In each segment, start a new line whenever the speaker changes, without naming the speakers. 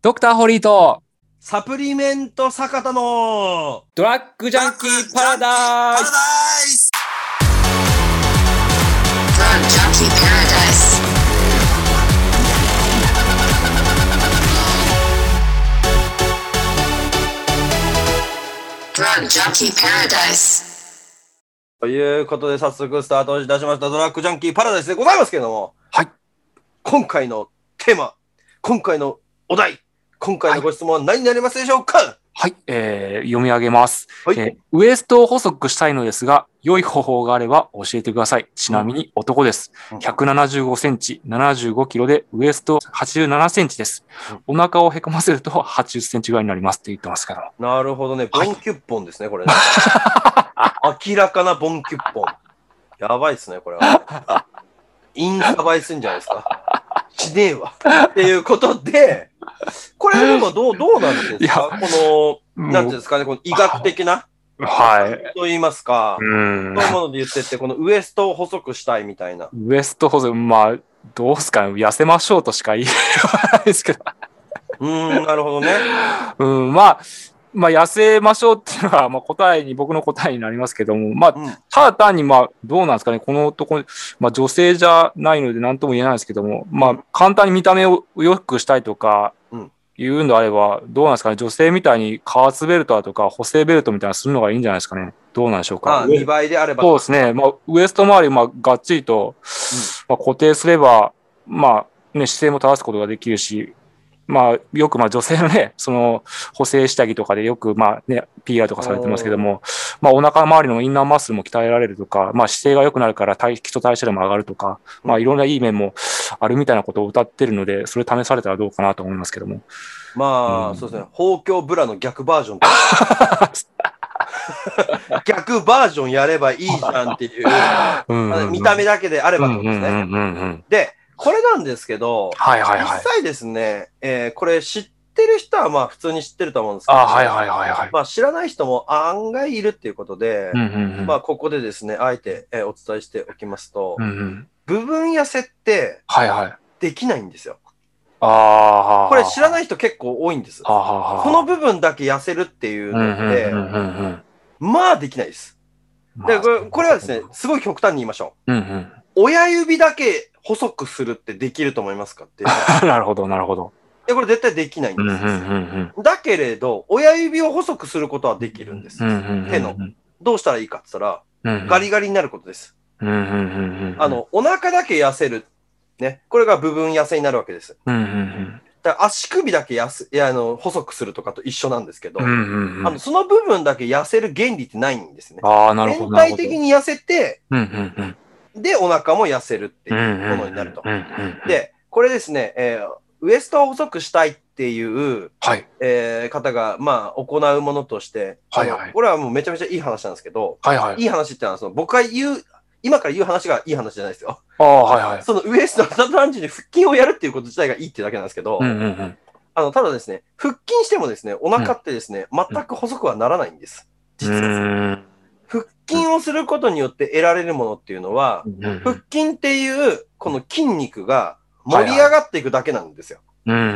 ドクターホリーと、
サプリメント坂田の
ドラッグジャンキーパラダイス
Paradise! Drug Junkie Paradise.
ということで早速スタートをいたしましたドラッグジャンキーパラダイスでございますけれども、
はい。
今回のテーマ、今回のお題、今回のご質問は何になりますでしょうか、
はい、えー、読み上げます、
はい
えーウエストを細くしたいのですが、良い方法があれば教えてください。ちなみに男です。
うん
175センチ、75キロで、ウエスト87センチです。お腹をへこませると80センチぐらいになりますって言ってますけど。
なるほどね、ボンキュッポンですね、これね。明らかなボンキュッポン。やばいですね、これは。インスタ映えすんじゃないですか。しねえわ。っていうことで、これでもどう、どうなんです
いや
かこの、なんていうん
も
ですかね、この医学的な
うはい。
と言いますか、
うん
そういうもので言ってって、このウエストを細くしたいみたいな。
ウエスト細く、まあ、どうすかね痩せましょうとしか言いようがないですけど。
うーん、なるほどね。
うん、まあ、まあ、痩せましょうっていうのは、まあ、答えに、僕の答えになりますけども、まあ、
うん
ただ単に、まあ、どうなんですかね、この男、まあ、女性じゃないので、なんとも言えないですけども、まあ、簡単に見た目を良くしたいとか
うん、
いうのであれば、どうなんですかね、女性みたいに、加圧ベルトだとか、補正ベルトみたいなのするのがいいんじゃないですかね。どうなんでしょう
ま
か
あ、。見栄えであれば。
そうですね、まあ、ウエスト周り、まあ、がっちりと、まあ、固定すれば、まあね、姿勢も正すことができるし、まあ、よくまあ女性のね、 その補正下着とかでよくまあ、ね、PR とかされてますけども、まあ、お腹周りのインナーマッスルも鍛えられるとか、まあ、姿勢が良くなるから体基礎代謝でも上がるとか、まあ、いろんないい面もあるみたいなことを歌ってるので、それ試されたらどうかなと思いますけども。
まあ、
うん
そうですね。包協ブラの逆バー ジョン。逆バージョンやればいいじゃんっていう、まあ見た目だけであれば
う
って
ん
こ
う
と
んう
で
んう
すね。
んうん。
で、これなんですけど、
はいはい
実
はい。
際ですね、えーこれ知ってる人はまあ普通に知ってると思うんですけど、
あはいはいはいはい。
まあ知らない人も案外いるっていうことで
う、んうんうん。
まあここでですね、あえて、えーお伝えしておきますと、
うんうん。
部分痩せって
はいはい。
できないんですよ。
ああ。
これ知ら
い。
ない人結構多いんです。
はあはあはあ
この部分だけ痩せるっていうのって、
うんうんうんうん
まあできないです。
うん
でこれこれはですね、、すごい極端に言いましょ
うんうん
う。親指だけ細くするってできると思います かっていう。
なるほど、なるほど。
でこれ絶対できないん
うんうんう
で
ん
す。
うん
だけれど、親指を細くすることはできるんです。
うんうんうん。
手のどうしたらいいかって言ったら、ガリガリになることです。
うんうんうんうん。
あ、の、お腹だけ痩せる。ね。これが部分痩せになるわけです。
うんうん
だから足首だけ痩せ、いや、あの、細くするとかと一緒なんですけど、
うん。うんうんうん
あの、その部分だけ痩せる原理ってないんですね。
ああ、なるほ
全
ど。なる
体
ほど
的。に痩せて、
うんうんうん。
で、お腹も痩せるっ
う
ていうん
うんうん
ものになると
うんうんうん、
で、これですね、えーウエストを細くしたいっていう、
はい。
えー方が、まあ、行うものとして、
はいはい
あのこれはもうめちゃめちゃいい話なんですけど、
はいはい。
いい話ってのは、その僕が言う、今から言う話がいい話じゃないですよ。
ああ、はいはい。
そのウエストのただ単純に腹筋をやるっていうこと自体がいいってだけなんですけど、
うんうんうん。
あの、ただですね、腹筋してもですね、お腹ってですね、全く細くはならないんです。実
う
は。
ん
腹筋をすることによって得られるものっていうのは
う、んうん
腹筋っていう、この筋肉が盛り上がっていくだけなんですよ。
うんうん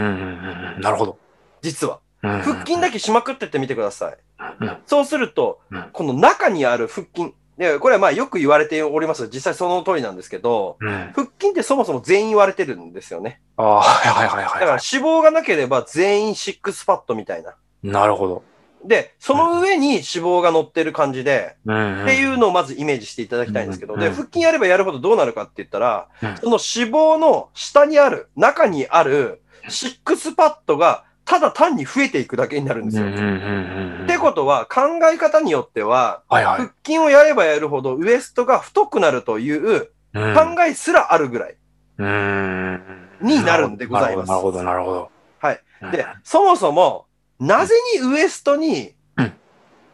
うん。なるほど。
実は。
腹
腹筋だけしまくってってみてください。
うん
そうすると
うん、
この中にある腹筋。で、これはまあよく言われております。実際その通りなんですけど、
うん。
腹筋ってそもそも全員言われてるんですよね。
ああ、はいはい
だ
は
か
い
ら
は
脂肪がなければ全員シックスパッドみたいな。
い。なるほど。
で、その上に脂肪が乗ってる感じで、
うんん。
っていうのをまずイメージしていただきたいんですけど、
うん
で、
うん
腹筋やればやるほどどうなるかって言ったら
うん、
その脂肪の下にある、中にあるシックスパッドがただ単に増えていくだけになるんですよ。
うんうんうんうん。
ってことは、考え方によっては、
はいはい。
腹筋をやればやるほどウエストが太くなるという
うん
考えすらあるぐらい。
うーん
になるんでございます
なるほど、なるほど。
はい。
うん
で、そもそも、なぜにウエストに
うん、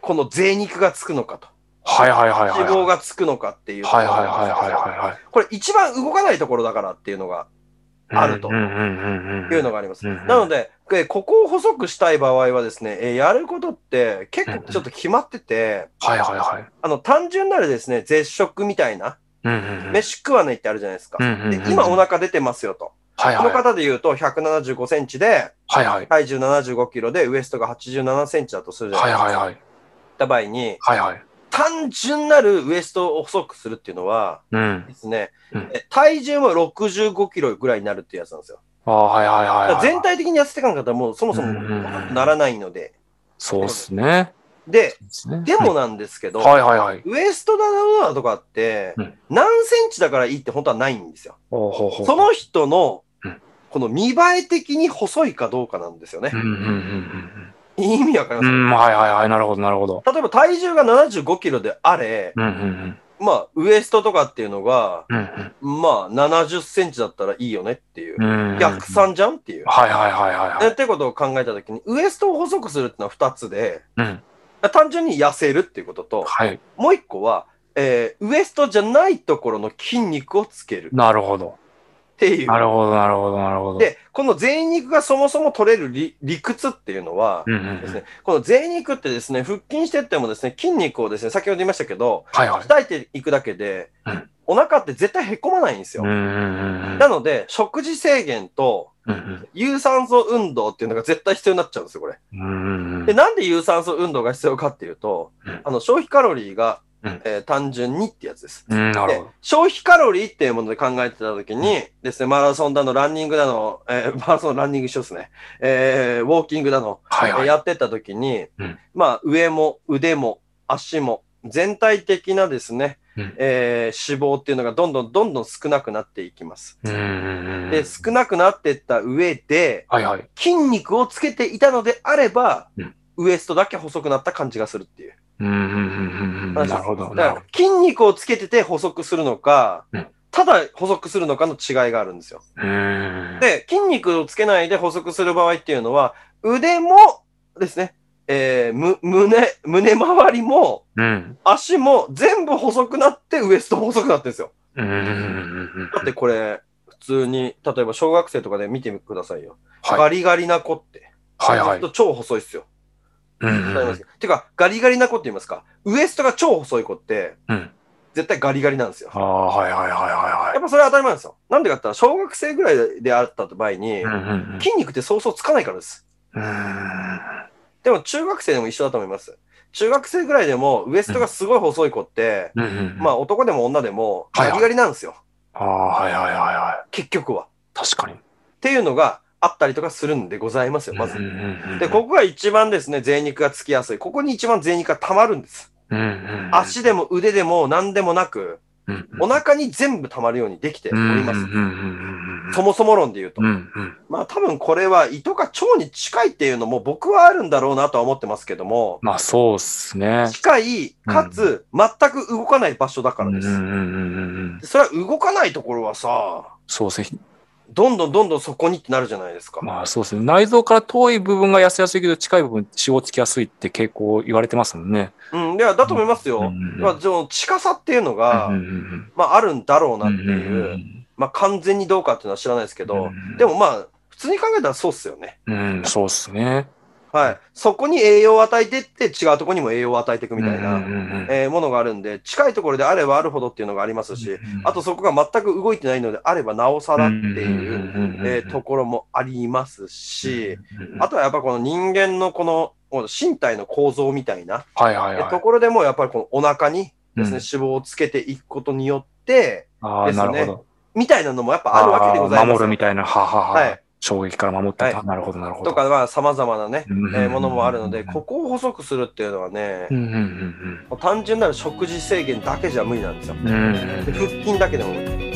この贅肉がつくのかと、
はいはいはいはい。
脂肪。がつくのかっていう。
はいはいはいはいはいはい。
これ一番動かないところだからっていうのが、あると
うんうんうんうん。
いうのがあります。
うんうん
なので、えーここを細くしたい場合はですね、えーやることって結構ちょっと決まってて、
はいはいはい。
あの、単純なるですね、絶食みたいな、
うんうんうん。
飯食わないってあるじゃないですか
う。んうんうん
で今お腹出てますよと。
はい
こ
は
の
い。
方で言うと175センチで、
はいはい。
体重75キロでウエストが87センチだとするじゃない
は
で
い
すか。
はいはい。
った場合に、
はいはい。
単純なるウエストを細くするっていうのは
うん。
ですね、
うん
え体重も65キロぐらいになるっていうやつなんですよ。
ああ、はいはいはい
だ
は
から
い。
全体的に痩せていかなかったらもうそもそも
うんうんうん
ならないので。
そうっすね。
で、
ですね
でもなんですけ
う
ど、
んはいはいはい。
ウエストだなとかって
うん、
何センチだからいいって本当はないんですよ。
ほうほうほう
その人の
うん、
この見栄え的に細いかどうかなんですよね
うん。うんうん
意味わかり
うんう
ます、
ん。うん、はいはいはい。なるほどなるほど。
例えば体重が75キロであれ、
うんうんうん。
まあ、ウエストとかっていうのが、
うんうん
まあ、70センチだったらいいよねっていう。
うんうん。
逆算じゃんっていう。
はいはいはいはいは
え
い。
ってことを考えたときに、ウエストを細くするってのは2つで、
うん。
単純に痩せるっていうことと、
はい。
もう1個は、えーウエストじゃないところの筋肉をつけるっ
なるほど。
ていう。
なるほどなるほどなるほど。
で、この贅肉がそもそも取れる理理屈っていうのは、
うんうんうん。
ですね、この贅肉ってですね、腹筋してってもですね、筋肉をですね、先ほど言いましたけど、
はいはい。
鍛えていくだけで
うん、
お腹って絶対へこまないんです
う
よ
ん。うんうんうん。
なので、食事制限と
うんうん
有酸素運動っていうのが絶対必要になっちゃうんですよ、これ。
うんうん
で、なんで有酸素運動が必要かっていうと
うん、
あの、消費カロリーが
うん、
えー単純にってやつです。
うん。なる
で
ほど。
消費カロリーっていうもので考えてたときに、ですね、マラソンだの、ランニングだの、えー マラソン、ランニング一緒ですね、えーウォーキングだの、
はいはい。
やってた時に、
うん
まあ上も腕も足も全体的なですね、
うん
えー脂肪っていうのがどんどんどんどん少なくなっていきます。
うんうんうん。
で、少なくなっていった上で、
はいはい。
筋肉をつけていたのであれば、
うん
ウエストだけ細くなった感じがするっていう。
うんうんうんうんうん。なるほど。な
だ
る
か
ほ
ら筋肉をつけてて細くするのか、
うん
ただ細くするのかの違いがあるんですよ。
ど。うん。
で、筋肉をつけないで細くする場合っていうのは、腕もですね、えーむ、胸、胸周りも、
うん。
足も全部細くなって、ウエストも細くなってるんですよ。
うんうんうんうん。
だってこれ、普通に、例えば小学生とかで見てくださいよ。
は
ガ
い。
リガリな子って。
はいはい
ウエスト。超細いっすよ。
うん
わかりますてか、ガリガリな子って言いますか、ウエストが超細い子って、
うん。
絶対ガリガリなんですよ。
ああ、はいはいはい
や
は
っぱそれは当たり前なんですよ。なんでかって言ったら、小学生ぐらいであった場合に
いはい。う、んうん
筋肉ってそうそうつかないからです。
うん。
でも中学生でも一緒だと思います。中学生ぐらいでもウエストがすごい細い子って、
うんうん。
まあ男でも女でも
はいはい
ガリガリなんですよ、
ああ、はいはいはいはい。
結局は。
確かに。
っていうのがあったりとかするんでございますよ、まず。
ず
で、ここが一番ですね、贅肉がつきやすい。ここに一番贅肉が溜まるんです。
うんうん。
足でも腕でも何でもなく、
うん、
お腹に全部溜まるようにできております
うん。うんうんうん。
そもそも論で言うと
う。んうん。
まあ多分これは胃とか腸に近いっていうのも僕はあるんだろうなとは思ってますけども、
まあそうっすね。
近い、かつ全く動かない場所だからです。
うんうんうんうんうん。
それは動かないところはさ、
そうですね。
どんどんどんどんそこにってなるじゃないですか。
まあそうですね。内臓から遠い部分が痩せやすいけど、近い部分、脂肪つきやすいって傾向言われてますもんね。
うん、いや、だと思いますよ。
うんうんうん
まあ、その近さっていうのが、
うんうん
まあ、あるんだろう
う
なって
ん
いう、まあ、完全にどうかっていうのは知らないですけど、
うん
でもまあ、普通に考えたらそうっすよね。
うん、うん、そうですね。
はい。そこに栄養を与えてって、違うところにも栄養を与えていくみたいな、
うんうんうん
えーものがあるんで、近いところであればあるほどっていうのがありますし、あとそこが全く動いてないのであれば、なおさらっていう、えーところもありますし、あとはやっぱこの人間のこのこの身体の構造みたいな
はいはい
えと
は
ころでもやっぱりこのお腹に
い。
ですね、脂肪をつけていくことによって、
ああ、なるほど。
みたいなのもやっぱあるわけでございますよ。
守るみたいな、ははは、
はい
衝撃から守ってた。なるほど、なるほど。
とかは様々なね、
うん、
えーものもあるので、
うん
ここを細くするっていうのはね
う、んうんうん
単純なる食事制限だけじゃ無理なんですよ。
うん。うんうんうん
で腹筋だけでも無理。